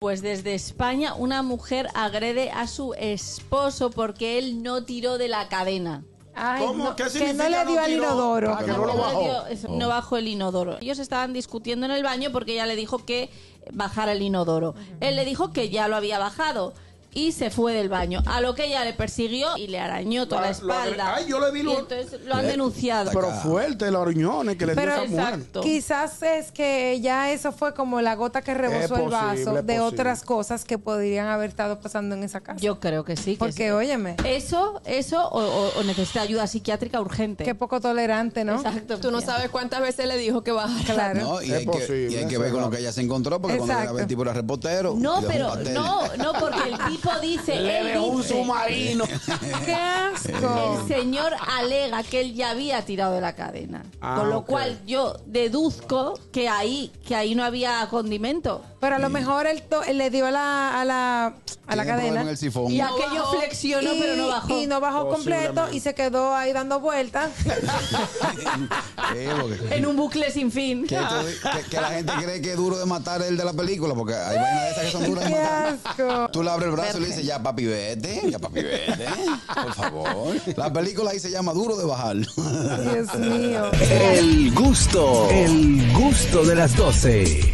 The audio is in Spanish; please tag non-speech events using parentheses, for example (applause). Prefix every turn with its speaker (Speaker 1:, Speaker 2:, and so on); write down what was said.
Speaker 1: Pues desde España una mujer agrede a su esposo porque él no tiró de la cadena.
Speaker 2: Ay,
Speaker 3: ¿Cómo?
Speaker 2: no,
Speaker 3: ¿Qué
Speaker 2: que no
Speaker 3: significa
Speaker 2: le
Speaker 3: no
Speaker 2: dio al
Speaker 3: tiró?
Speaker 2: inodoro.
Speaker 3: Ah, que no lo bajó. Oh.
Speaker 1: dio- eso, no bajó el inodoro. Ellos estaban discutiendo en el baño porque ella le dijo que bajara el inodoro. Él le dijo que ya lo había bajado y se fue del baño. A lo que ella le persiguió y le arañó toda la
Speaker 3: Lo- lo agre-
Speaker 1: espalda.
Speaker 3: Ay, yo le vi
Speaker 1: Y
Speaker 3: lo- Eh,
Speaker 1: entonces lo han denunciado.
Speaker 3: Pero fuerte los riñones que le dio
Speaker 2: Pero
Speaker 3: esa mujer.
Speaker 1: exacto.
Speaker 2: Quizás es que ya eso fue como la gota que rebosó el
Speaker 3: posible,
Speaker 2: vaso de
Speaker 3: es posible.
Speaker 2: otras cosas que podrían haber estado pasando en esa casa.
Speaker 1: Yo creo que sí. que
Speaker 2: Porque,
Speaker 1: sí.
Speaker 2: óyeme,
Speaker 1: Eso, eso o, o- o necesita ayuda psiquiátrica urgente.
Speaker 2: qué poco tolerante, ¿no?
Speaker 1: Este. (laughs) Exacto.
Speaker 4: Tú no sabes cuántas veces le dijo que bajara.
Speaker 2: Claro.
Speaker 5: No, y
Speaker 3: Es
Speaker 5: hay, que, y hay
Speaker 3: posible,
Speaker 5: que ver con
Speaker 3: es
Speaker 5: lo que ella se encontró, porque cuando
Speaker 2: Exacto.
Speaker 5: era el tipo era repostero.
Speaker 1: No,
Speaker 5: le dejó
Speaker 1: pero
Speaker 5: un pastel.
Speaker 1: no, no, porque el tipo dice, él dice,
Speaker 3: submarino. Eh,
Speaker 2: ¡Qué asco!
Speaker 1: el señor alega que él ya había tirado de la cadena,
Speaker 3: Ah,
Speaker 1: con lo
Speaker 3: ok.
Speaker 1: cual yo deduzco que ahí, que ahí no había condimento.
Speaker 2: Pero a lo mejor él, to- él le dio a la, a la, a la
Speaker 5: Tiene problema
Speaker 2: cadena.
Speaker 5: en el sifón.
Speaker 1: Y
Speaker 4: No
Speaker 1: aquello
Speaker 4: bajó,
Speaker 1: flexionó, pero no bajó.
Speaker 2: y no bajó completo y se quedó ahí dando vueltas.
Speaker 5: Eh, porque-
Speaker 1: En un bucle sin fin.
Speaker 5: que, esto- que- que la gente cree que es duro de matar el de la película, porque hay vainas de esas que son duras de
Speaker 2: ¡Qué
Speaker 5: matar.
Speaker 2: asco!
Speaker 5: Tú le abres el brazo y le dices, ya papi, vete, ya papi, vete, por favor.
Speaker 2: (laughs)
Speaker 5: La película ahí se llama Duro de Bajar.
Speaker 2: Dios mío.
Speaker 6: El gusto, el gusto de las 12.